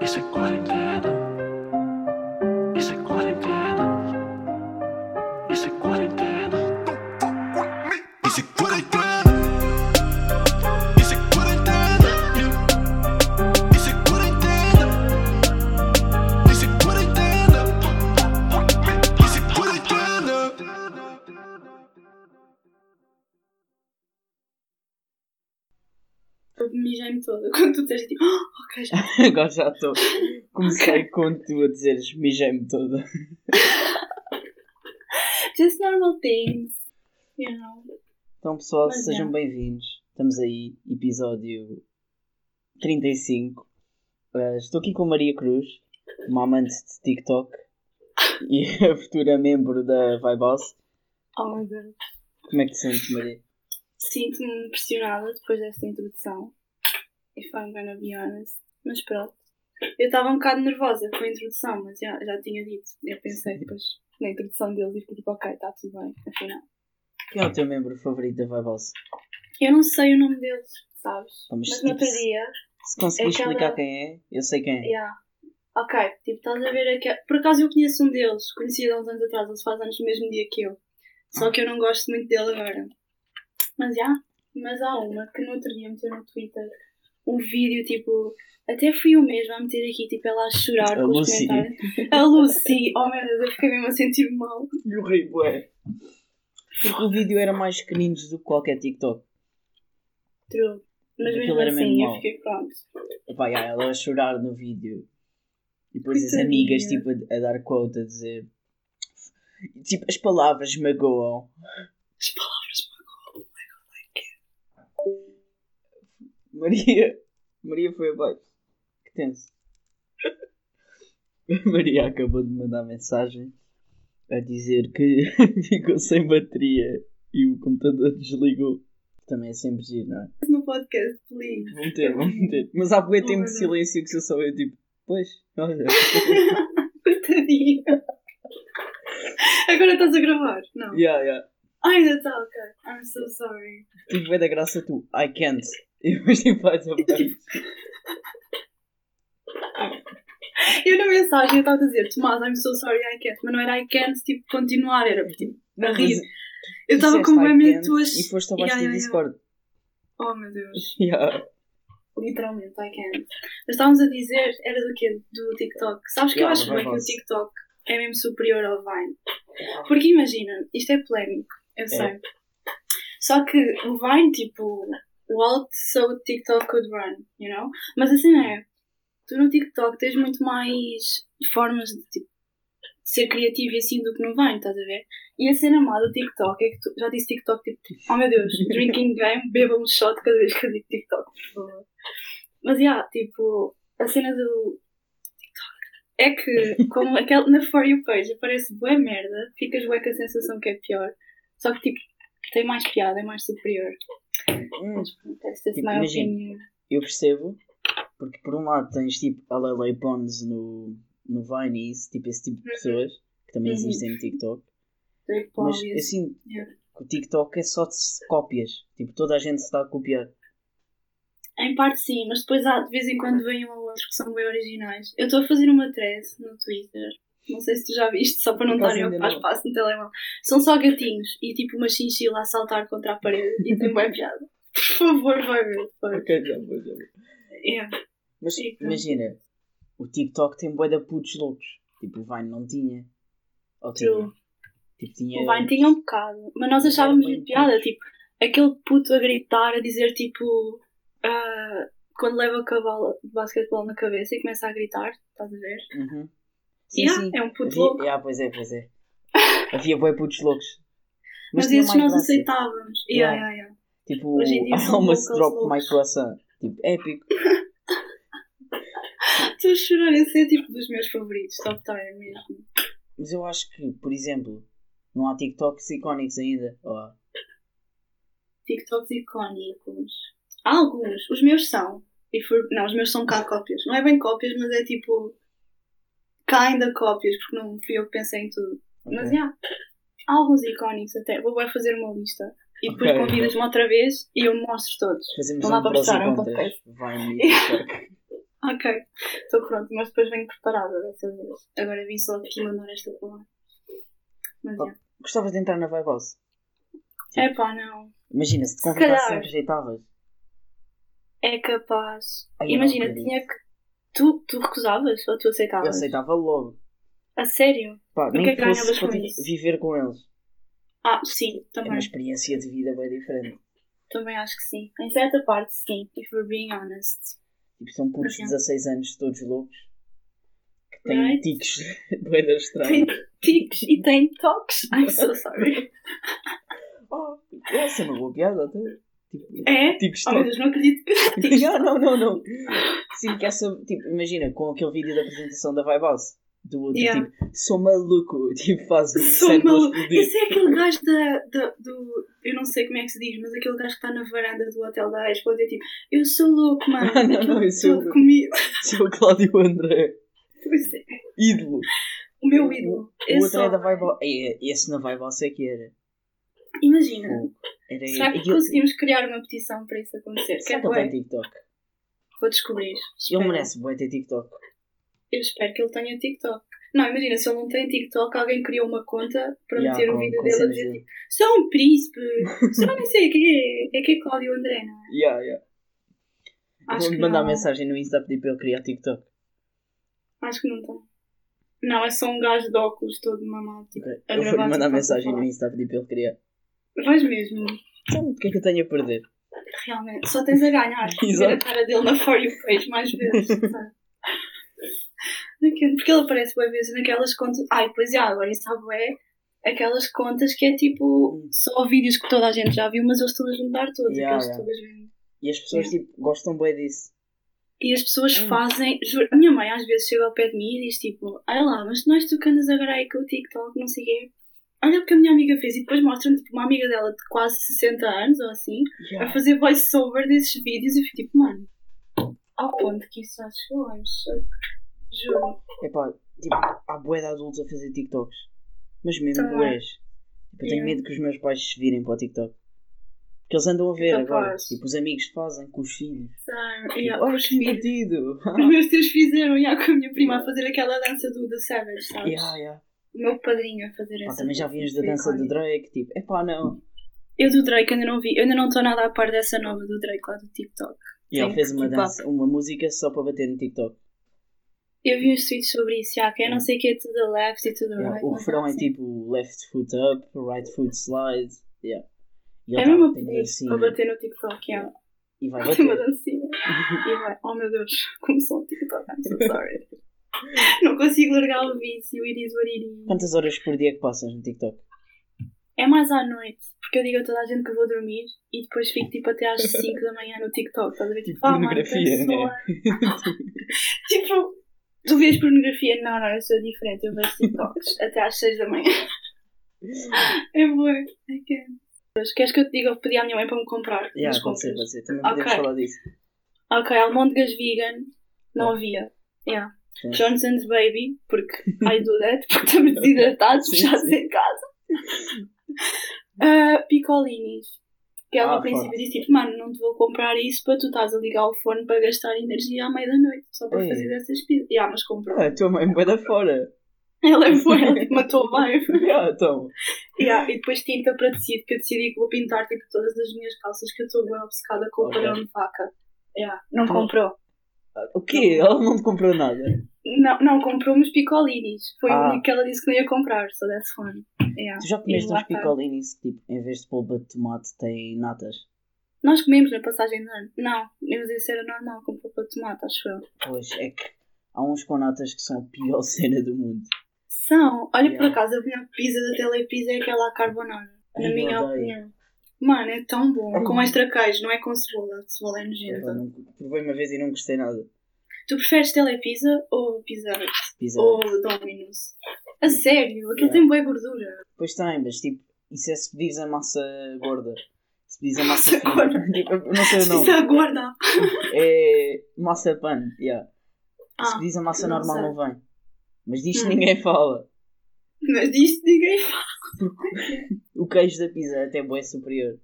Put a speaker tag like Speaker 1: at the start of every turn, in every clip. Speaker 1: Isso é quarentena. Isso é quarentena. Isso é quarentena. Isso é quarentena. Isso é quarentena. Isso é quarentena. Isso é quarentena. Isso é quarentena.
Speaker 2: Eu mijei-me toda quando tu disseste tipo, "Ah, ok, já.
Speaker 3: Agora já estou. Comecei com tu a dizeres, mijei-me toda.
Speaker 2: Just assim, normal things. You know.
Speaker 3: Então, pessoal,
Speaker 2: Mas
Speaker 3: sejam
Speaker 2: já.
Speaker 3: bem-vindos. Estamos aí, episódio 35. Uh, estou aqui com Maria Cruz, uma amante de TikTok e a futura membro da Viboss.
Speaker 2: Oh meu Deus.
Speaker 3: Como é que te sentes, Maria?
Speaker 2: Sinto-me pressionada depois desta introdução. If I'm gonna be honest. Mas pronto. Eu estava um bocado nervosa com a introdução, mas já, já tinha dito. Eu pensei depois na introdução deles e fiquei tipo, ok, está tudo bem, afinal.
Speaker 3: Quem é o teu membro favorito da Viboss?
Speaker 2: Eu não sei o nome deles, sabes?
Speaker 3: Vamos
Speaker 2: mas no outro
Speaker 3: tipo-
Speaker 2: dia.
Speaker 3: Se conseguir
Speaker 2: Aquela-
Speaker 3: explicar quem é, eu sei quem é.
Speaker 2: Yeah. Ok, tipo, estás a ver aqui. Por acaso eu conheço um deles, conheci há uns anos atrás, ele faz anos no mesmo dia que eu. Só que eu não gosto muito dele agora. Mas já, mas há uma que no outro dia meteu no Twitter um vídeo tipo. Até fui eu mesma a meter aqui, tipo, ela a chorar
Speaker 3: A
Speaker 2: com os
Speaker 3: Lucy.
Speaker 2: comentários. A Lucy! Oh meu Deus, eu fiquei mesmo a sentir mal.
Speaker 3: E o rei, bué. Porque o vídeo era mais pequenino do que qualquer TikTok.
Speaker 2: True. Mas
Speaker 3: Aquilo
Speaker 2: mesmo
Speaker 3: era mesmo
Speaker 2: assim, eu
Speaker 3: mau.
Speaker 2: fiquei pronto.
Speaker 3: Epá, yeah, ela a chorar no vídeo. E depois as
Speaker 2: Coitadinha.
Speaker 3: amigas tipo, a, a dar quote, a dizer. Tipo, as palavras magoam.
Speaker 2: As Oh
Speaker 3: palavras magoam. Maria. Maria foi abaixo. Que tenso. A Maria acabou de mandar mensagem a dizer que ficou sem bateria e o computador desligou. Também é sempre giro, não é?
Speaker 2: No podcast, please.
Speaker 3: Vão ter, vão ter. Mas há bué tempo
Speaker 2: Não,
Speaker 3: de
Speaker 2: não.
Speaker 3: silêncio que se eu só eu tipo, pois, olha.
Speaker 2: Coitadinha. Agora estás a gravar? Não.
Speaker 3: yeah, yeah.
Speaker 2: Ai, ainda está ok. I'm so sorry.
Speaker 3: Tipo, bué da graça tu, I can't. E depois tipo, vais a ver.
Speaker 2: Eu na mensagem eu estava a dizer, Tomás, I'm so sorry, I can't. Mas não era I can't, tipo, continuar. Era, tipo,
Speaker 3: Não, mas
Speaker 2: rir. eu estava
Speaker 3: disseste
Speaker 2: com
Speaker 3: "I
Speaker 2: bem medo
Speaker 3: can't"
Speaker 2: tuas...
Speaker 3: E foste abaixo
Speaker 2: Yeah,
Speaker 3: do
Speaker 2: yeah,
Speaker 3: Discord.
Speaker 2: Oh, meu Deus.
Speaker 3: Yeah.
Speaker 2: Literalmente, I can't. Mas estávamos a dizer, era do quê? Do TikTok. Sabes que
Speaker 3: Yeah,
Speaker 2: eu acho
Speaker 3: vai
Speaker 2: bem que o
Speaker 3: voz.
Speaker 2: TikTok é mesmo superior ao Vine. Porque imagina, isto é polémico. Eu sei. Só que o Vine, tipo, walked so TikTok could run, you know? Mas assim é. Tu no TikTok tens muito mais formas de tipo, ser criativo e assim do que no Vine, estás a ver? E a cena má do TikTok é que tu já disse TikTok tipo, oh meu Deus, drinking game, beba um shot cada vez que eu digo TikTok, por favor. Mas já, tipo, a cena do TikTok é que, como aquela, na For You page aparece boa merda, ficas bué com a sensação que é pior. Só que tipo, tem mais piada, é mais superior.
Speaker 3: Hum,
Speaker 2: Mas pronto, é that's just
Speaker 3: Tipo,
Speaker 2: my
Speaker 3: imagina.
Speaker 2: opinion.
Speaker 3: eu percebo, porque por um lado tens tipo a Lele Pons no, no Vine e isso, tipo, esse tipo de pessoas que também
Speaker 2: Uhum.
Speaker 3: existem no TikTok.
Speaker 2: Drake Paul
Speaker 3: Mas
Speaker 2: e assim.
Speaker 3: eu sinto
Speaker 2: Yeah.
Speaker 3: que o TikTok é só de cópias. Tipo, toda a gente se está a copiar.
Speaker 2: Em parte sim, mas depois há, de vez em quando vem um ou outro que são bem originais. Eu estou a fazer uma thread no Twitter. Não sei se tu já viste, só para não
Speaker 3: Por acaso
Speaker 2: estarem a
Speaker 3: ainda
Speaker 2: ocupar
Speaker 3: não.
Speaker 2: espaço no telemóvel. São só gatinhos e tipo uma chinchila a saltar contra a parede e tem bem piada. Por favor, vai ver. vai ver.
Speaker 3: Ok, já vou, já vou.
Speaker 2: Yeah.
Speaker 3: Mas
Speaker 2: Sim, sim.
Speaker 3: imagina, o TikTok tem bué de putos loucos. Tipo, o Vine não tinha. Ou
Speaker 2: True.
Speaker 3: tinha? Tipo, tinha...
Speaker 2: O Vine tinha um bocado, mas nós achávamos
Speaker 3: Era bem
Speaker 2: muito piada, tipo, aquele puto a gritar, a dizer tipo. ah, quando leva a bola de basquetebol na cabeça e começa a gritar, estás a ver?
Speaker 3: Uhum. Sim,
Speaker 2: Yeah,
Speaker 3: sim.
Speaker 2: É um puto
Speaker 3: Havia-
Speaker 2: louco.
Speaker 3: Ah, pois é, pois é. Havia bué putos loucos.
Speaker 2: Mas,
Speaker 3: tinha
Speaker 2: esses
Speaker 3: mais
Speaker 2: nós
Speaker 3: graça.
Speaker 2: aceitávamos.
Speaker 3: Yeah.
Speaker 2: Yeah, yeah, yeah.
Speaker 3: Tipo,
Speaker 2: Hoje em dia são
Speaker 3: almost
Speaker 2: loucos
Speaker 3: drop
Speaker 2: loucos.
Speaker 3: my croissant. Tipo, épico.
Speaker 2: Estou a chorar, esse é tipo dos meus favoritos, top time mesmo.
Speaker 3: Mas eu acho que, por exemplo, não há TikToks icónicos ainda. Ou há?
Speaker 2: TikToks icónicos. Há alguns, os meus são. E for... Não, os meus são cá cópias. Não é bem cópias, mas é tipo. Cá ainda cópias, porque não fui eu que pensei em tudo.
Speaker 3: Ok.
Speaker 2: Mas já. Há alguns icónicos até. Vou bué fazer uma lista. E depois
Speaker 3: Ok.
Speaker 2: convidas-me outra vez e eu mostro todos.
Speaker 3: Fazemos
Speaker 2: Não dá
Speaker 3: um
Speaker 2: para
Speaker 3: prós e
Speaker 2: mostrar, é um
Speaker 3: contras.
Speaker 2: podcast.
Speaker 3: Vine e TikTok.
Speaker 2: Ok, ok, estou pronto, mas depois venho preparada dessa vez. Agora vim só aqui mandar esta palavra. Mas
Speaker 3: Oh, Gostavas de entrar na Vibe House?
Speaker 2: é. Epá, não.
Speaker 3: Imagina, se te
Speaker 2: Se
Speaker 3: convidassem,
Speaker 2: calhar.
Speaker 3: rejeitavas.
Speaker 2: É capaz.
Speaker 3: Ai, eu não
Speaker 2: Imagina,
Speaker 3: acredito.
Speaker 2: tinha que. Tu, tu recusavas ou tu
Speaker 3: Eu
Speaker 2: aceitavas?
Speaker 3: aceitava logo.
Speaker 2: A sério?
Speaker 3: Pá,
Speaker 2: que
Speaker 3: nem
Speaker 2: é que
Speaker 3: fosse
Speaker 2: ganhavas
Speaker 3: para
Speaker 2: com
Speaker 3: ti
Speaker 2: isso?
Speaker 3: viver com eles.
Speaker 2: Ah, sim,
Speaker 3: É
Speaker 2: também.
Speaker 3: uma experiência de vida bem diferente.
Speaker 2: Também acho que sim. Em certa parte, sim. If we're being honest.
Speaker 3: Tipo, são putos
Speaker 2: Ok.
Speaker 3: de 16 anos, todos loucos, que têm
Speaker 2: Right.
Speaker 3: tiques bem da
Speaker 2: Tem
Speaker 3: estrada.
Speaker 2: tics e tem toques. I'm so sorry.
Speaker 3: Oh, essa é uma boa piada, até. Tipo,
Speaker 2: É?
Speaker 3: tiques
Speaker 2: Oh, meu Deus, não acredito que.
Speaker 3: toques. Não, não, não, não. Sim, que essa. Tipo, imagina, com aquele vídeo da apresentação da Vibe House, do outro,
Speaker 2: Yeah.
Speaker 3: tipo, sou maluco, tipo, faz o
Speaker 2: Sou
Speaker 3: cérebro
Speaker 2: maluco.
Speaker 3: explodir.
Speaker 2: Esse é aquele gajo da, da- do. Eu não sei como é que se diz, mas aquele gajo que está na varanda do hotel da Expo a dizer tipo: Eu sou louco, mano.
Speaker 3: Ah, não, não, eu sou
Speaker 2: Aquele todo
Speaker 3: louco.
Speaker 2: comigo.
Speaker 3: Sou o Cláudio André,
Speaker 2: Pois é.
Speaker 3: ídolo.
Speaker 2: O meu ídolo.
Speaker 3: O
Speaker 2: Eu
Speaker 3: outro
Speaker 2: sou-
Speaker 3: é da Vibe House. É, Esse na Vibe House é que era.
Speaker 2: Imagina.
Speaker 3: era
Speaker 2: Será que
Speaker 3: aquilo-
Speaker 2: conseguimos criar uma petição para isso acontecer?
Speaker 3: é Será
Speaker 2: Quer
Speaker 3: que ele tem
Speaker 2: é bué?
Speaker 3: TikTok?
Speaker 2: Vou descobrir.
Speaker 3: Ele
Speaker 2: Espera.
Speaker 3: merece bué ter TikTok.
Speaker 2: Eu espero que ele tenha TikTok. Não, imagina, se ele não tem TikTok, alguém criou uma conta para
Speaker 3: Yeah,
Speaker 2: meter o
Speaker 3: com-
Speaker 2: vídeo
Speaker 3: com
Speaker 2: dele a
Speaker 3: cenas
Speaker 2: dizer
Speaker 3: dele.
Speaker 2: tipo, sou um príncipe, sou não sei o quê, é que é Cláudio André, não é?
Speaker 3: Yeah, yeah.
Speaker 2: Acho
Speaker 3: Vou-lhe
Speaker 2: que
Speaker 3: mandar
Speaker 2: não.
Speaker 3: mensagem no Insta a pedir para ele criar TikTok.
Speaker 2: Acho que não tem. Não, é só um gajo de óculos todo mamado. Tipo, a
Speaker 3: Eu vou-lhe
Speaker 2: gravar
Speaker 3: mandar
Speaker 2: TikTok a
Speaker 3: mensagem no
Speaker 2: falar.
Speaker 3: Insta a pedir para ele criar.
Speaker 2: Vais mesmo,
Speaker 3: Então, o que é que eu tenho a perder?
Speaker 2: realmente. Só tens a ganhar. Ver a
Speaker 3: Exato.
Speaker 2: cara dele na For You page mais vezes. sabe? Naquele- Porque ele aparece bem vezes naquelas contas. Ai, pois é, agora isso sabe é aquelas contas que é tipo só vídeos que toda a gente já viu, mas eles estão a juntar todos.
Speaker 3: Hum. Yeah,
Speaker 2: aqueles
Speaker 3: yeah.
Speaker 2: todas mesmo.
Speaker 3: E as pessoas, tipo, gostam bem disso.
Speaker 2: E as pessoas
Speaker 3: Hum.
Speaker 2: fazem. Juro, a minha mãe às vezes chega ao pé de mim e diz tipo: Ai lá, mas nós tu que andas agora aí com o TikTok, não sei o quê. Olha o que a minha amiga fez e depois mostram tipo, uma amiga dela de quase 60 anos ou assim a
Speaker 3: Yeah.
Speaker 2: fazer voiceover desses vídeos e eu fico tipo, mano, ao ponto que isso já chegou, I'm shook. Juro.
Speaker 3: Epá, tipo, há bué de adultos a fazer TikToks. Mas mesmo
Speaker 2: Também.
Speaker 3: bués. Tipo, Eu tenho
Speaker 2: Tá. Yeah.
Speaker 3: medo que os meus pais se virem para o TikTok. Porque eles andam a ver
Speaker 2: Capaz.
Speaker 3: agora. Tipo, os amigos fazem com os filhos.
Speaker 2: Sabe?
Speaker 3: Tipo,
Speaker 2: Yeah,
Speaker 3: Olha
Speaker 2: os
Speaker 3: que
Speaker 2: filhos-
Speaker 3: divertido!
Speaker 2: os meus tios fizeram yeah, com a minha prima a fazer aquela dança do The Savage, sabes?
Speaker 3: yeah, yeah.
Speaker 2: O meu padrinho a fazer
Speaker 3: Pá,
Speaker 2: essa.
Speaker 3: também já
Speaker 2: dança,
Speaker 3: vi uns da
Speaker 2: foi
Speaker 3: dança do
Speaker 2: é icónico.
Speaker 3: Drake. Tipo, epá, não.
Speaker 2: Eu do Drake ainda não vi, eu ainda não estou nada a par dessa nova do Drake lá do TikTok.
Speaker 3: E ele
Speaker 2: Tem
Speaker 3: fez
Speaker 2: que
Speaker 3: uma
Speaker 2: keep up.
Speaker 3: dança, uma música só para bater no TikTok.
Speaker 2: Eu vi uns tweets sobre isso, já, que é não sei o que é to the left e to the
Speaker 3: Yeah,
Speaker 2: right.
Speaker 3: o
Speaker 2: uma
Speaker 3: refrão
Speaker 2: coisa
Speaker 3: Hum. é
Speaker 2: assim.
Speaker 3: tipo left foot up, right foot slide. Yeah. E ele
Speaker 2: É
Speaker 3: tá
Speaker 2: mesmo a
Speaker 3: batendo
Speaker 2: pedir
Speaker 3: assim,
Speaker 2: para bater no TikTok, yeah.
Speaker 3: E
Speaker 2: Tem
Speaker 3: vai
Speaker 2: uma
Speaker 3: bater.
Speaker 2: dancinha. E vai, oh meu Deus, começou um TikTok, I'm so sorry. Não consigo largar o vício, it is what it is.
Speaker 3: Quantas horas por dia que passas no TikTok?
Speaker 2: É mais à noite, porque eu digo a toda a gente que vou dormir e depois fico tipo até às 5 da manhã no TikTok, estás a ver?
Speaker 3: Tipo
Speaker 2: ah, mano,
Speaker 3: pornografia,
Speaker 2: tenho
Speaker 3: né?
Speaker 2: sono. Tipo, tu vês pornografia? Não, não, eu sou diferente, eu vejo TikToks até às 6 da manhã. É bom, é que é. Mas Queres que eu te diga? Eu pedi à minha mãe para me comprar.
Speaker 3: Yeah,
Speaker 2: umas
Speaker 3: pode ser,
Speaker 2: compras.
Speaker 3: pode ser. Também
Speaker 2: Ok.
Speaker 3: podemos falar disso.
Speaker 2: Ok, almôndegas vegan, não
Speaker 3: Ah.
Speaker 2: havia. Yeah.
Speaker 3: Sim.
Speaker 2: Johnson's Baby, porque I do that, porque estamos desidratados,
Speaker 3: Sim,
Speaker 2: fechados
Speaker 3: sim.
Speaker 2: em casa. Ah, picolinis. Que ela
Speaker 3: Ah,
Speaker 2: ao princípio
Speaker 3: claro.
Speaker 2: disse tipo, mano, não te vou comprar isso para tu estás a ligar o forno para gastar energia à meia da noite, só para
Speaker 3: Ei.
Speaker 2: fazer essas pizzas. Yeah, mas comprou.
Speaker 3: Ah, a tua mãe vai da fora.
Speaker 2: Ela é boa, ela tipo, matou a vibe.
Speaker 3: yeah, então.
Speaker 2: Yeah, e depois tinta para tecido, que eu decidi que vou pintar tipo todas as minhas calças, que eu estou bem obcecada com o
Speaker 3: Ok.
Speaker 2: padrão de vaca. Yeah, não
Speaker 3: Ah.
Speaker 2: comprou.
Speaker 3: O quê? Ela não te comprou nada.
Speaker 2: Não, não, comprou uns picolinis. Foi
Speaker 3: Ah.
Speaker 2: o único que ela disse que não ia comprar, so that's fun. Yeah.
Speaker 3: Tu já comeste
Speaker 2: E lá
Speaker 3: uns
Speaker 2: está.
Speaker 3: picolinis que, tipo, em vez de polpa de tomate, tem natas?
Speaker 2: Nós comemos na passagem de ano. Não, mas isso era normal, com polpa de tomate, acho eu.
Speaker 3: Pois, é que há uns com natas que são a pior cena do mundo.
Speaker 2: São, olha
Speaker 3: Yeah.
Speaker 2: por acaso, a melhor pizza da Telepizza é aquela à carbonara.
Speaker 3: Ai,
Speaker 2: Na
Speaker 3: eu
Speaker 2: minha
Speaker 3: odeio. Uhum.
Speaker 2: opinião. Mano, é tão bom.
Speaker 3: Ai.
Speaker 2: Com extra queijo, não é com cebola. Cebola é
Speaker 3: Epá,
Speaker 2: nojenta.
Speaker 3: não- Provei uma vez e não gostei nada.
Speaker 2: Tu preferes Telepizza ou Pizza Hut?
Speaker 3: Pizza.
Speaker 2: Ou Domino's? A sério, aquilo
Speaker 3: Yeah.
Speaker 2: tem boa gordura.
Speaker 3: Pois tem, mas tipo, isso é se pedires a massa gorda. Se pedires a massa
Speaker 2: Massa gorda.
Speaker 3: fina. Tipo, eu não sei o
Speaker 2: Isso
Speaker 3: nome.
Speaker 2: é gorda.
Speaker 3: É massa pan, yeah. Se
Speaker 2: Ah,
Speaker 3: pedires a massa
Speaker 2: não
Speaker 3: normal
Speaker 2: sei.
Speaker 3: não vem. Mas disto
Speaker 2: Hum.
Speaker 3: ninguém fala.
Speaker 2: mas disso ninguém
Speaker 3: O queijo da pizza até é bué superior.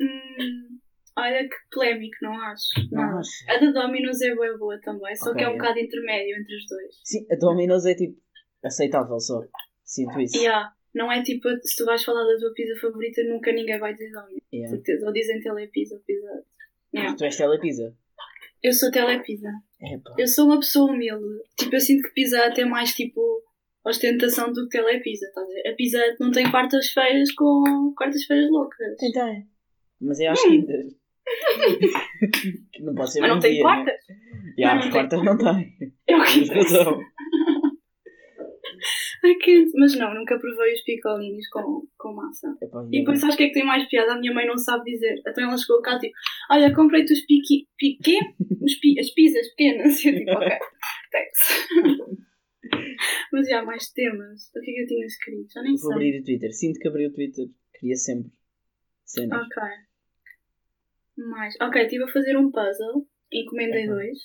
Speaker 2: Hum, Olha que polémico, não acho. Não.
Speaker 3: Nossa.
Speaker 2: A da Dominos é boa, boa também, só
Speaker 3: Ok,
Speaker 2: que é um
Speaker 3: é.
Speaker 2: bocado intermédio entre os dois.
Speaker 3: Sim, a Domino's é tipo aceitável só. Sinto isso.
Speaker 2: Yeah. Não é tipo, se tu vais falar da tua pizza favorita, nunca ninguém vai dizer Dominos.
Speaker 3: Yeah.
Speaker 2: Certeza. Ou dizem telepizza ou pizza. Yeah.
Speaker 3: Tu és telepizza.
Speaker 2: Eu sou telepizza.
Speaker 3: Epá.
Speaker 2: Eu sou uma pessoa humilde. Tipo, eu sinto que pizza até mais tipo ostentação do que telepizza. Estás a, ver? a pizza não tem quartas-feiras com quartas-feiras loucas.
Speaker 3: Então. Mas eu acho que. que não pode ser
Speaker 2: Mas
Speaker 3: bom
Speaker 2: não tem
Speaker 3: dia,
Speaker 2: quartas.
Speaker 3: Né?
Speaker 2: Não,
Speaker 3: Yeah,
Speaker 2: não tem
Speaker 3: quartas não tem.
Speaker 2: Eu
Speaker 3: Tens razão.
Speaker 2: Ai, quente. Mas não, nunca provei os picolinhos com, com massa.
Speaker 3: Epá, ainda
Speaker 2: E depois
Speaker 3: bem.
Speaker 2: sabes o que é que tem mais piada? A minha mãe não sabe dizer. Então ela chegou cá tipo, olha, comprei-te os piqui... piquê? Os pi... As pizzas pequenas. E eu tipo, ok, thanks. Mas já, há mais temas. O que é que eu tinha escrito? Já nem
Speaker 3: Vou
Speaker 2: sei.
Speaker 3: abrir o Twitter. Sinto que abri o Twitter. Queria sempre cenas.
Speaker 2: Ok. Mais. Ok, estive a fazer um puzzle. Encomendei
Speaker 3: Epá.
Speaker 2: dois.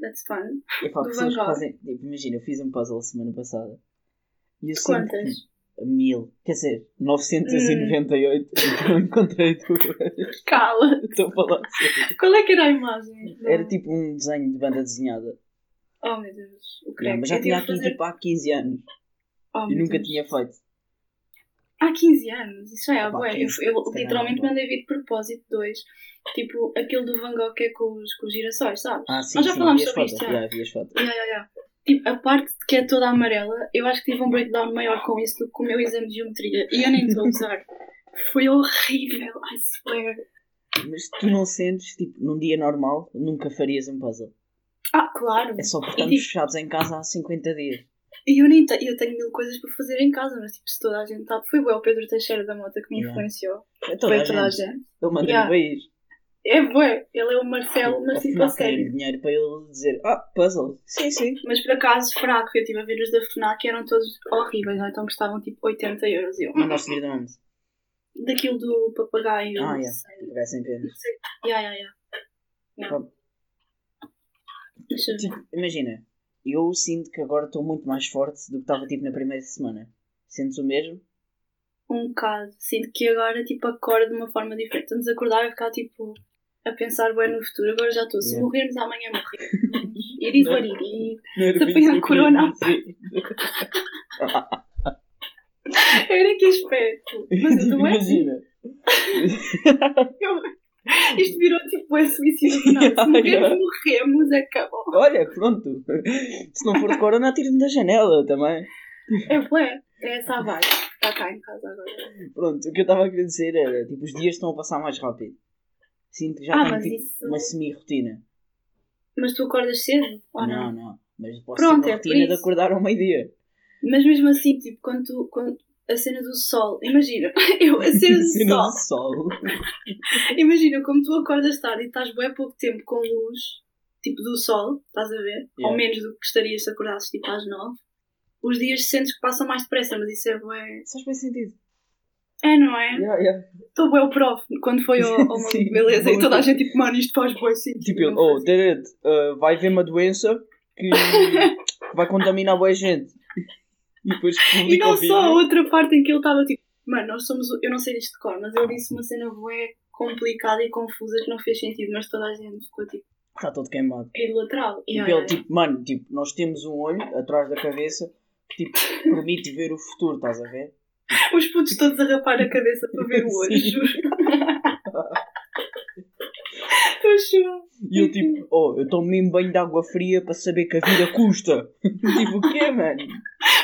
Speaker 2: That's fun.
Speaker 3: Epá,
Speaker 2: do
Speaker 3: pessoas
Speaker 2: Van
Speaker 3: que
Speaker 2: Gogh.
Speaker 3: fazem. tipo, imagina, eu fiz um puzzle semana passada. E eu sinto que
Speaker 2: Quantas?
Speaker 3: mil, quer dizer, 998.
Speaker 2: Hum.
Speaker 3: Não encontrei duas.
Speaker 2: Cala.
Speaker 3: Estou a falar sério.
Speaker 2: Qual é que era a imagem?
Speaker 3: Era tipo um desenho de banda desenhada.
Speaker 2: Oh meu Deus. O
Speaker 3: Não,
Speaker 2: credo.
Speaker 3: mas já
Speaker 2: Eu
Speaker 3: tinha
Speaker 2: tive a
Speaker 3: aqui
Speaker 2: fazer-
Speaker 3: tipo há 15 anos
Speaker 2: Oh,
Speaker 3: e
Speaker 2: meu
Speaker 3: nunca
Speaker 2: Deus.
Speaker 3: tinha feito.
Speaker 2: Há 15 anos, isso é
Speaker 3: Epá,
Speaker 2: agora. Eu,
Speaker 3: 15,
Speaker 2: eu
Speaker 3: se calhar
Speaker 2: literalmente
Speaker 3: não.
Speaker 2: mandei vir de propósito dois. Tipo, aquele do Van Gogh que é com os, com os girassóis, sabes?
Speaker 3: Ah, sim,
Speaker 2: Nós já
Speaker 3: sim,
Speaker 2: falámos
Speaker 3: vi as
Speaker 2: sobre
Speaker 3: fotos.
Speaker 2: isto, já.
Speaker 3: Já, vi as fotos.
Speaker 2: Ya, ya, ya. Tipo, a parte que é toda amarela, eu acho que tive um breakdown maior com isso do que com o meu exame de geometria. E eu nem estou a usar. Foi horrível, I swear.
Speaker 3: Mas tu não sentes, tipo, num dia normal, nunca farias um puzzle.
Speaker 2: Ah, claro.
Speaker 3: É só porque
Speaker 2: E,
Speaker 3: estamos
Speaker 2: tipo-
Speaker 3: fechados em casa há 50 dias.
Speaker 2: E eu, nem te- eu tenho mil coisas para fazer em casa, mas tipo, se toda a gente está. Foi bué o Pedro Teixeira da Mota que me
Speaker 3: Ya.
Speaker 2: influenciou.
Speaker 3: É
Speaker 2: Foi
Speaker 3: toda a gente. Eu mandei
Speaker 2: Yeah.
Speaker 3: para ir.
Speaker 2: É bué, ele é o Marcelo, mas tipo, a
Speaker 3: Afinal,
Speaker 2: sério.
Speaker 3: tenho dinheiro para ele dizer, ah, puzzle. Sim, sim.
Speaker 2: Mas por acaso, fraco, eu estive a ver os da FNAC e eram todos horríveis, ou então custavam tipo 80 euros. Eu.
Speaker 3: Mandaste vir de onde?
Speaker 2: Daquilo do papagaio,
Speaker 3: Ah,
Speaker 2: não
Speaker 3: yeah.
Speaker 2: sei.
Speaker 3: Pagar sem pena.
Speaker 2: Não sei. Yeah, yeah, yeah. Não. Deixa eu ver.
Speaker 3: Tipo, imagina, eu sinto que agora estou muito mais forte do que estava tipo na primeira semana. Sentes o mesmo?
Speaker 2: Um bocado. Sinto que agora tipo acordo de uma forma diferente. Antes de acordar eu ficava tipo a pensar bem no futuro. Agora já estou. Se
Speaker 3: Yeah.
Speaker 2: morrermos amanhã morremos. Iris
Speaker 3: Não.
Speaker 2: bariri. Se apanhar corona. Era que aspecto. Mas eu estou assim.
Speaker 3: Imagina.
Speaker 2: Eu- Isto virou tipo é suicídio do nada. Se
Speaker 3: Yeah, yeah.
Speaker 2: morrermos, morremos, acabou.
Speaker 3: Olha, pronto. Se não for de corona, atire-me da janela também.
Speaker 2: É bué. É essa a vibe. Está cá em casa agora.
Speaker 3: Pronto, o que eu estava a querer dizer era, tipo, os dias estão a passar mais rápido. Sinto que já
Speaker 2: Ah,
Speaker 3: tenho
Speaker 2: mas
Speaker 3: tipo,
Speaker 2: isso-
Speaker 3: uma semi-rotina.
Speaker 2: Mas tu acordas cedo? Ou Ah, não?
Speaker 3: não, Mas posso
Speaker 2: Pronto,
Speaker 3: ter
Speaker 2: é
Speaker 3: uma
Speaker 2: por
Speaker 3: rotina de
Speaker 2: isso.
Speaker 3: acordar ao meio-dia.
Speaker 2: Mas mesmo assim, tipo, quando, tu, quando a cena do sol, imagina, eu, a cena do
Speaker 3: Cena
Speaker 2: sol,
Speaker 3: do sol.
Speaker 2: imagina como tu acordas tarde e estás bem pouco tempo com luz, tipo do sol, estás a ver?
Speaker 3: Yeah.
Speaker 2: Ou menos do que gostarias se acordasses tipo às nove. Os dias sentes que passam mais depressa, mas isso é bué.
Speaker 3: Faz bem sentido.
Speaker 2: É, não é?
Speaker 3: Yeah, yeah.
Speaker 2: Estou bué o prof, quando foi ao, ao Maluco
Speaker 3: Sim.
Speaker 2: beleza e toda a gente tipo, mano, isto faz bué sentido.
Speaker 3: Tipo, ele,
Speaker 2: não
Speaker 3: oh,
Speaker 2: faz
Speaker 3: Jared, uh, vai ver uma doença que vai contaminar boa gente. E depois
Speaker 2: E
Speaker 3: publica
Speaker 2: não
Speaker 3: o
Speaker 2: só a
Speaker 3: vídeo.
Speaker 2: outra parte em que ele estava tipo, mano, nós somos. o- Eu não sei disto de cor, mas ele disse uma cena bué complicada e confusa que não fez sentido, mas toda a gente ficou tipo
Speaker 3: Está tá todo queimado.
Speaker 2: idolatrado.
Speaker 3: Tipo,
Speaker 2: Yeah,
Speaker 3: ele,
Speaker 2: yeah.
Speaker 3: tipo, mano, tipo, nós temos um olho atrás da cabeça que tipo, permite ver o futuro, estás a ver?
Speaker 2: Os putos todos a rapar a cabeça para ver o olho,
Speaker 3: tipo, Sim.
Speaker 2: juro. Estou a chorar.
Speaker 3: E eu tipo, oh, eu tomo mesmo banho de água fria para saber que a vida custa. tipo, o quê, mano?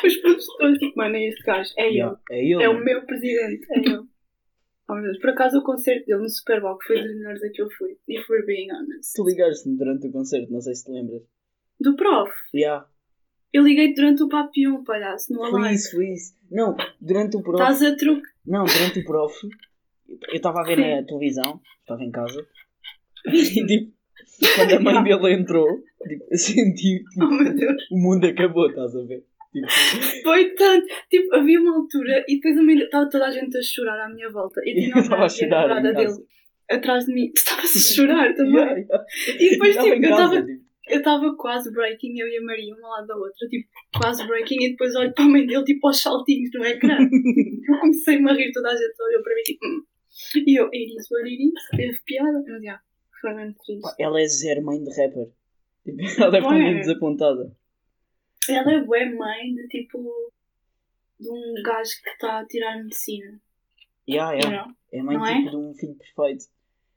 Speaker 2: Os putos todos tipo, mano, é este gajo, é
Speaker 3: Yeah, é ele.
Speaker 2: ele, é o
Speaker 3: mano.
Speaker 2: meu presidente, é ele. Oh meu Deus, por acaso o concerto dele no Super Bowl que foi dos melhores a que eu fui, if we're being honest.
Speaker 3: Tu ligaste-me durante o concerto, não sei se te lembras.
Speaker 2: Do prof,
Speaker 3: Yeah,
Speaker 2: eu liguei durante o papião, palhaço, no
Speaker 3: foi
Speaker 2: Alive.
Speaker 3: isso, foi isso. Não, durante o próprio.
Speaker 2: Estás a trucar.
Speaker 3: Não, durante o prof, eu estava a ver na televisão, estava em casa, e tipo, quando a mãe dele entrou, tipo, eu senti
Speaker 2: Oh meu Deus,
Speaker 3: o mundo acabou, estás a ver? Tipo,
Speaker 2: foi tanto. Tipo, havia uma altura e depois a minha- estava toda a gente a chorar à minha volta. E
Speaker 3: e
Speaker 2: tinha
Speaker 3: eu estava
Speaker 2: uma
Speaker 3: a chorar
Speaker 2: namorada
Speaker 3: em casa.
Speaker 2: dele atrás de mim. Estava-se a chorar também.
Speaker 3: Yeah, yeah.
Speaker 2: E depois,
Speaker 3: Estava
Speaker 2: tipo,
Speaker 3: em
Speaker 2: eu
Speaker 3: casa,
Speaker 2: estava-
Speaker 3: tipo,
Speaker 2: eu estava quase breaking, eu e a Maria, uma lado da outra, tipo, quase breaking. E depois olho para a mãe dele, tipo, aos saltinhos no ecrã. eu comecei-me a rir, toda a gente olhou para mim, tipo, "Hum, E eu, it is what it is, teve piada, mas já, foi mesmo
Speaker 3: Pá,
Speaker 2: triste.
Speaker 3: Ela é zero mãe de rapper. Tipo, Ela
Speaker 2: Ué.
Speaker 3: é para mim desapontada.
Speaker 2: Ela é bué mãe de tipo, de um gajo que está a tirar medicina,
Speaker 3: Yeah,
Speaker 2: you
Speaker 3: yeah.
Speaker 2: know?
Speaker 3: É mãe
Speaker 2: Não é?
Speaker 3: tipo de um filho perfeito.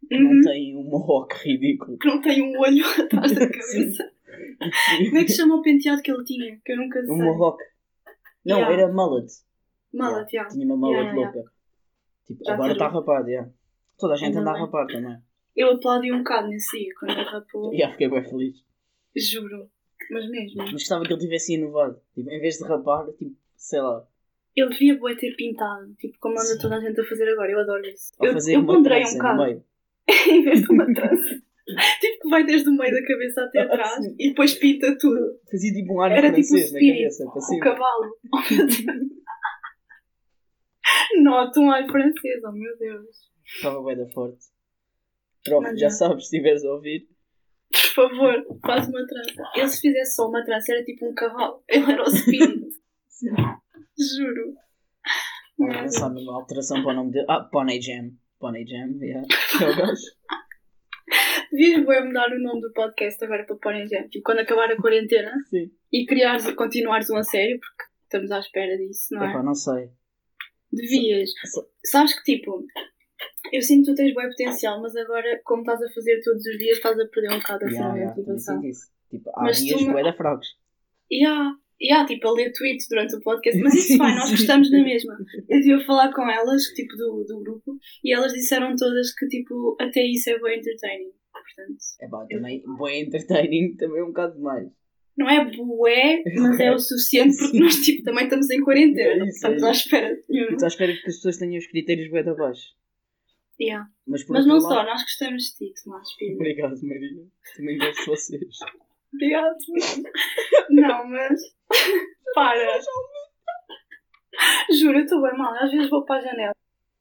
Speaker 3: Que
Speaker 2: Uhum.
Speaker 3: não tem um mohawk ridículo.
Speaker 2: Que não tem um olho atrás da cabeça. Como é que se chama o penteado que ele tinha? Que eu nunca sei.
Speaker 3: um mohawk. Não,
Speaker 2: Yeah.
Speaker 3: era mullet.
Speaker 2: Mala, yeah.
Speaker 3: Tinha uma mullet
Speaker 2: Yeah, yeah,
Speaker 3: louca. Tipo,
Speaker 2: Já
Speaker 3: agora está
Speaker 2: tirou.
Speaker 3: rapado, yeah. Toda a gente
Speaker 2: Ainda
Speaker 3: anda a
Speaker 2: bem.
Speaker 3: rapar também.
Speaker 2: Eu aplaudi um bocado nesse dia, quando ele rapou.
Speaker 3: Yeah, fiquei bem feliz.
Speaker 2: Juro. Mas mesmo.
Speaker 3: Mas gostava que ele tivesse inovado. Tipo, em vez de rapar, tipo, sei lá.
Speaker 2: Ele devia bué ter pintado, tipo, como anda
Speaker 3: Sim.
Speaker 2: toda a gente a fazer agora. Eu adoro isso.
Speaker 3: Ou
Speaker 2: Eu,
Speaker 3: fazer
Speaker 2: eu
Speaker 3: uma
Speaker 2: ponderei um
Speaker 3: trança
Speaker 2: bocado.
Speaker 3: no meio.
Speaker 2: em vez de uma trança. tipo, que vai desde o meio da cabeça até
Speaker 3: Ah,
Speaker 2: atrás
Speaker 3: sim.
Speaker 2: e depois pinta tudo.
Speaker 3: Fazia tipo um ar
Speaker 2: Era tipo
Speaker 3: francês na
Speaker 2: Spirit,
Speaker 3: cabeça. Para
Speaker 2: O
Speaker 3: cima.
Speaker 2: cavalo. Nota um ar francês, oh meu Deus.
Speaker 3: Estava bem da forte. Prof,
Speaker 2: Mas
Speaker 3: já
Speaker 2: não.
Speaker 3: sabes, se estiveres a ouvir.
Speaker 2: Por favor, faz uma trança. Ele se fizesse só uma trança era tipo um cavalo. Ele era o espírito. Juro. Meu
Speaker 3: Vamos pensar É, numa alteração para o nome dele. Ah, Pony Jam. Pony Jam, yeah. É o gajo.
Speaker 2: Deus. Devias bué mudar o nome do podcast agora para pôr em gente. Tipo, quando acabar a quarentena
Speaker 3: Sim.
Speaker 2: e criares, continuares um a sério, porque estamos à espera disso, não é?
Speaker 3: Epá, não sei.
Speaker 2: Devias.
Speaker 3: Sa-
Speaker 2: Sabes que tipo, eu sinto que tu tens bom potencial, mas agora, como estás a fazer todos os dias, estás a perder um bocado essa
Speaker 3: Yeah, yeah, também
Speaker 2: motivação.
Speaker 3: sinto isso. Tipo, há
Speaker 2: Mas
Speaker 3: dias
Speaker 2: tu não-
Speaker 3: bué da fracos.
Speaker 2: E há, e há, tipo, a ler tweets durante o podcast, mas isso vai, nós gostamos na mesma. Eu estive a falar com elas, tipo, do, do grupo, e elas disseram todas que, tipo, até isso é bem entertaining. Portanto,
Speaker 3: Epá, também bué entertaining, também um bocado demais.
Speaker 2: não é bué, mas é o suficiente, porque nós, tipo, também estamos em quarentena,
Speaker 3: É isso,
Speaker 2: estamos
Speaker 3: é
Speaker 2: à espera. de nenhum.
Speaker 3: Eu Estou à espera que as pessoas tenham os critérios bué de abaixo.
Speaker 2: Yeah.
Speaker 3: Mas, por
Speaker 2: Mas
Speaker 3: outro
Speaker 2: não
Speaker 3: lado-
Speaker 2: só, nós gostamos de ti, Tomás, filho.
Speaker 3: Obrigado, Maria. Também gosto de vocês.
Speaker 2: Obrigado. Não, mas. Para. Juro, eu estou bem mal. Às vezes vou para a janela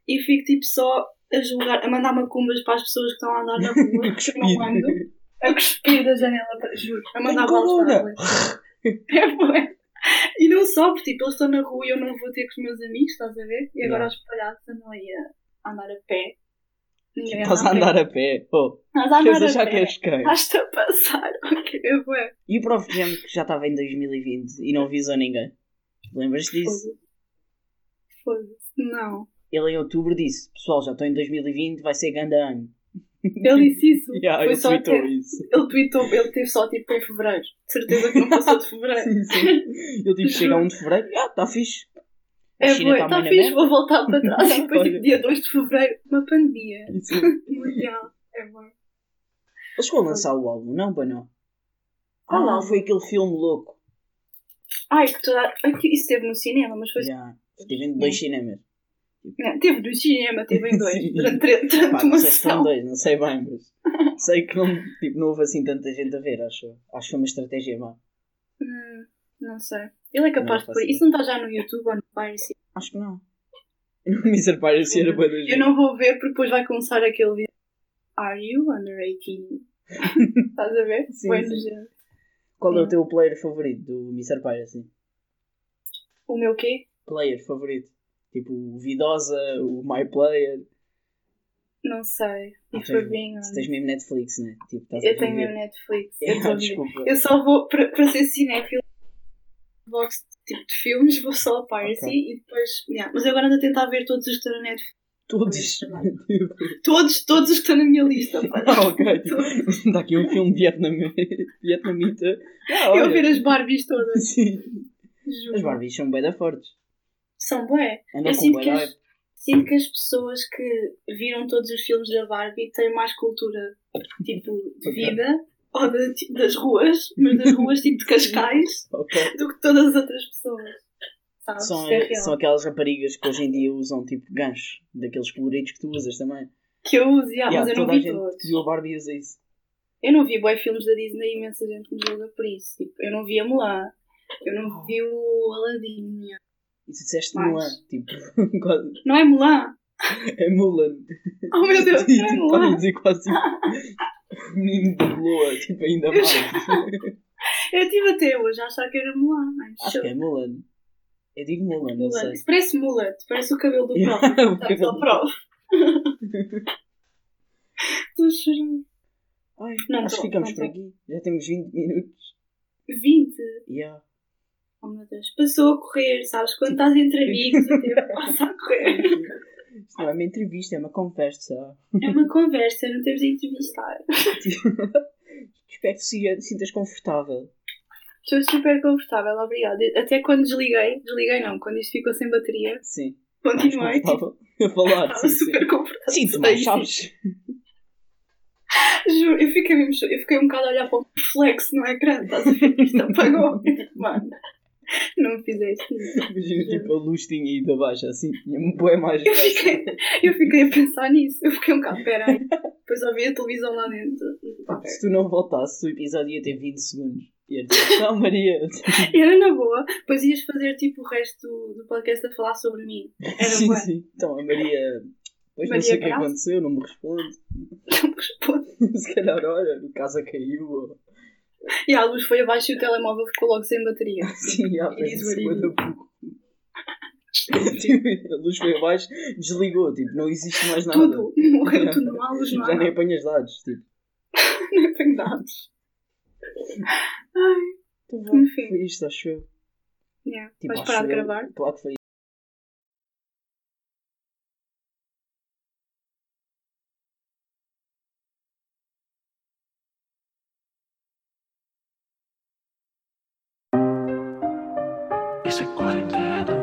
Speaker 2: e fico tipo só a julgar, a mandar macumbas para as pessoas que estão a andar na rua, que eu não ando, a cuspir da janela, para... juro, a mandar
Speaker 3: Tem
Speaker 2: balas para a
Speaker 3: corona.
Speaker 2: rua. É bué. E não só, porque tipo, eles estão na rua e eu não vou ter com os meus amigos, estás a ver? E agora
Speaker 3: Yeah.
Speaker 2: os palhaços andam aí a andar a pé. Ninguém
Speaker 3: Estás Tipo, a andar a pé. Oh,
Speaker 2: Estás a
Speaker 3: queres
Speaker 2: andar a
Speaker 3: achar que é
Speaker 2: pé.
Speaker 3: és quem?
Speaker 2: Estás-te a passar, ok, é bué.
Speaker 3: E o Prof Jam que já estava em 2020 e não avisou ninguém. Lembras-te disso?
Speaker 2: Foda-se. Foda-se. Não.
Speaker 3: Ele em outubro disse, pessoal, já estou em 2020, vai ser grande ano.
Speaker 2: Ele disse isso.
Speaker 3: Yeah,
Speaker 2: Foi
Speaker 3: ele
Speaker 2: só
Speaker 3: tweetou
Speaker 2: até-
Speaker 3: isso.
Speaker 2: Ele tweetou, ele teve só tipo em fevereiro. De certeza que não passou de fevereiro.
Speaker 3: Sim, sim. Ele tipo, chega a 1 de fevereiro, ah, está fixe. A
Speaker 2: É
Speaker 3: China
Speaker 2: boi,
Speaker 3: tá
Speaker 2: está
Speaker 3: bem na
Speaker 2: fixe,
Speaker 3: merda.
Speaker 2: vou voltar para trás. E depois, tipo,
Speaker 3: Olha.
Speaker 2: dia 2 de fevereiro, uma pandemia
Speaker 3: Isso.
Speaker 2: mundial. É bom.
Speaker 3: Eles vão lançar o álbum, não, pois não? Ah,
Speaker 2: Qual
Speaker 3: não,
Speaker 2: álbum?
Speaker 3: foi aquele filme louco.
Speaker 2: Ai, que toda. Ai, que Isso teve no cinema, mas foi.
Speaker 3: Já. Estive em dois cinemas.
Speaker 2: Não, teve no cinema, teve em dois.
Speaker 3: Sim.
Speaker 2: Durante, tre-
Speaker 3: Pá,
Speaker 2: durante
Speaker 3: não
Speaker 2: uma
Speaker 3: sei se foram
Speaker 2: sessão.
Speaker 3: dois, não sei bem, mas sei que não, tipo, não houve assim tanta gente a ver, acho. eu. Acho que foi uma estratégia má.
Speaker 2: Hum, não sei. Ele é capaz
Speaker 3: Não,
Speaker 2: de pôr.
Speaker 3: faço
Speaker 2: Isso não está já no YouTube ou no Piracy?
Speaker 3: Acho que não. No Mr. Piracy era boa da
Speaker 2: Eu
Speaker 3: gente.
Speaker 2: não vou ver porque depois vai começar aquele vídeo. Are you under 18? Estás a ver?
Speaker 3: Sim,
Speaker 2: Foi
Speaker 3: sim.
Speaker 2: nojento.
Speaker 3: Qual é o teu player favorito do Mr. Piracy?
Speaker 2: O meu quê?
Speaker 3: Player favorito? Tipo o Vidosa, o My Player.
Speaker 2: Não sei.
Speaker 3: Ah,
Speaker 2: If we're
Speaker 3: tens-
Speaker 2: being
Speaker 3: Se
Speaker 2: honest.
Speaker 3: tens mesmo Netflix, né? Tipo, estás
Speaker 2: Eu
Speaker 3: a
Speaker 2: tenho
Speaker 3: viver.
Speaker 2: meu Netflix.
Speaker 3: É,
Speaker 2: Eu, tô a ver.
Speaker 3: desculpa.
Speaker 2: eu só vou, para para ser cinéfilo, box tipo de filmes, vou só a Piracy
Speaker 3: Ok.
Speaker 2: e depois. yeah. Mas eu agora ando a tentar ver todos os que estão na Netflix.
Speaker 3: Todos.
Speaker 2: Todos, todos os que estão na minha lista. pá.
Speaker 3: ah, ok. Tipo, está aqui um filme vietname- vietnamita. Ah,
Speaker 2: Eu a
Speaker 3: olha.
Speaker 2: ver as Barbies todas.
Speaker 3: Sim.
Speaker 2: Juro.
Speaker 3: As Barbies são bem da fortes.
Speaker 2: São bué.
Speaker 3: Andam
Speaker 2: Eu
Speaker 3: com
Speaker 2: sinto
Speaker 3: bué
Speaker 2: que,
Speaker 3: da
Speaker 2: as, sinto que as pessoas que viram todos os filmes da Barbie têm mais cultura, tipo, de
Speaker 3: Ok.
Speaker 2: vida ou de, tipo, das ruas, mas das ruas tipo de Cascais,
Speaker 3: Ok.
Speaker 2: do que todas as outras pessoas. Sabes?
Speaker 3: São,
Speaker 2: é real.
Speaker 3: são aquelas raparigas que hoje em dia usam tipo gancho, daqueles coloridos que tu usas também.
Speaker 2: Que eu uso, yeah, Ah, mas
Speaker 3: Yeah,
Speaker 2: eu não
Speaker 3: toda a
Speaker 2: vi
Speaker 3: gente
Speaker 2: todos.
Speaker 3: que viu a Barbie usa isso.
Speaker 2: Eu não vi bué filmes da Disney, imensa gente me julga por isso. Tipo, eu não vi a Mulan, eu
Speaker 3: Oh.
Speaker 2: não vi o Aladdin. yeah.
Speaker 3: E tu disseste
Speaker 2: Mais.
Speaker 3: Mulan, tipo, quase-
Speaker 2: Não é Mulan?
Speaker 3: é Mulan.
Speaker 2: Oh meu Deus, não é
Speaker 3: E, tipo, estás a
Speaker 2: Mulan!
Speaker 3: dizer quase tipo, menino de Loa, tipo, ainda
Speaker 2: Eu
Speaker 3: mais.
Speaker 2: Eu estive até hoje a achar que era Mulan. I'm
Speaker 3: Acho que é Mulan. Eu digo Mulan, não
Speaker 2: Mulan. Então,
Speaker 3: sei.
Speaker 2: Isso parece mullet, parece o cabelo do
Speaker 3: Yeah,
Speaker 2: Prof.
Speaker 3: o cabelo
Speaker 2: Portanto,
Speaker 3: do
Speaker 2: Prof. Estou a chorar.
Speaker 3: Ai,
Speaker 2: Não então,
Speaker 3: acho
Speaker 2: tô,
Speaker 3: que ficamos
Speaker 2: não
Speaker 3: por
Speaker 2: tô.
Speaker 3: aqui. Já temos 20 minutos.
Speaker 2: 20.
Speaker 3: Yeah.
Speaker 2: Oh meu Deus. Passou a correr, sabes? Quando estás entre amigos, o tempo passa a correr.
Speaker 3: Isto não é uma entrevista, é uma conversa.
Speaker 2: É uma conversa, não temos a entrevistar.
Speaker 3: Espero que se- te sintas confortável.
Speaker 2: Estou super confortável, obrigada. Até quando desliguei, desliguei não, quando isto ficou sem bateria,
Speaker 3: Sim. Mais
Speaker 2: continuei. tipo,
Speaker 3: confortável a falar.
Speaker 2: Estava
Speaker 3: Sim, sim.
Speaker 2: super confortável.
Speaker 3: Sinto mais,
Speaker 2: Sim,
Speaker 3: sabes?
Speaker 2: Juro, eu fiquei mesmo, cho- eu fiquei um bocado a olhar para o reflexo no ecrã, estás a ver? Isto apagou. Mano, não fizeste isso.
Speaker 3: Imagina tipo a luz tinha ido abaixo assim. Tinha um boé mais.
Speaker 2: Eu fiquei, eu fiquei a pensar nisso. Eu fiquei um bocado, peraí. Depois ouvi a televisão lá dentro. E, tipo, ok.
Speaker 3: Se tu não voltasses, o episódio ia ter 20 segundos. Ia dizer, não, Maria.
Speaker 2: E era na boa. Depois ias fazer tipo o resto do, do podcast a falar sobre mim. Era
Speaker 3: sim,
Speaker 2: boa.
Speaker 3: sim. Então a Maria. Pois não
Speaker 2: Maria
Speaker 3: sei o que
Speaker 2: Graça.
Speaker 3: aconteceu, não me responde.
Speaker 2: Não respondo.
Speaker 3: Se calhar, olha, o casa caiu. Ou...
Speaker 2: E a luz foi abaixo e o telemóvel ficou logo sem bateria.
Speaker 3: Sim, já
Speaker 2: E diz
Speaker 3: pensei,
Speaker 2: Maria.
Speaker 3: quando eu- Tipo, a luz foi abaixo, desligou. Tipo, não existe mais nada.
Speaker 2: Tudo.
Speaker 3: Tipo,
Speaker 2: Morreu tudo. Não há luz, não há
Speaker 3: Já nem
Speaker 2: nada.
Speaker 3: apanhas dados. Tipo,
Speaker 2: Nem tenho dados. Ai,
Speaker 3: então vá,
Speaker 2: Enfim.
Speaker 3: foi isto, acho eu.
Speaker 2: yeah.
Speaker 3: Tipo,
Speaker 2: Vais
Speaker 3: acho
Speaker 2: parar de
Speaker 3: eu.
Speaker 2: gravar?
Speaker 3: Claro que foi
Speaker 1: Isso é quarentena. é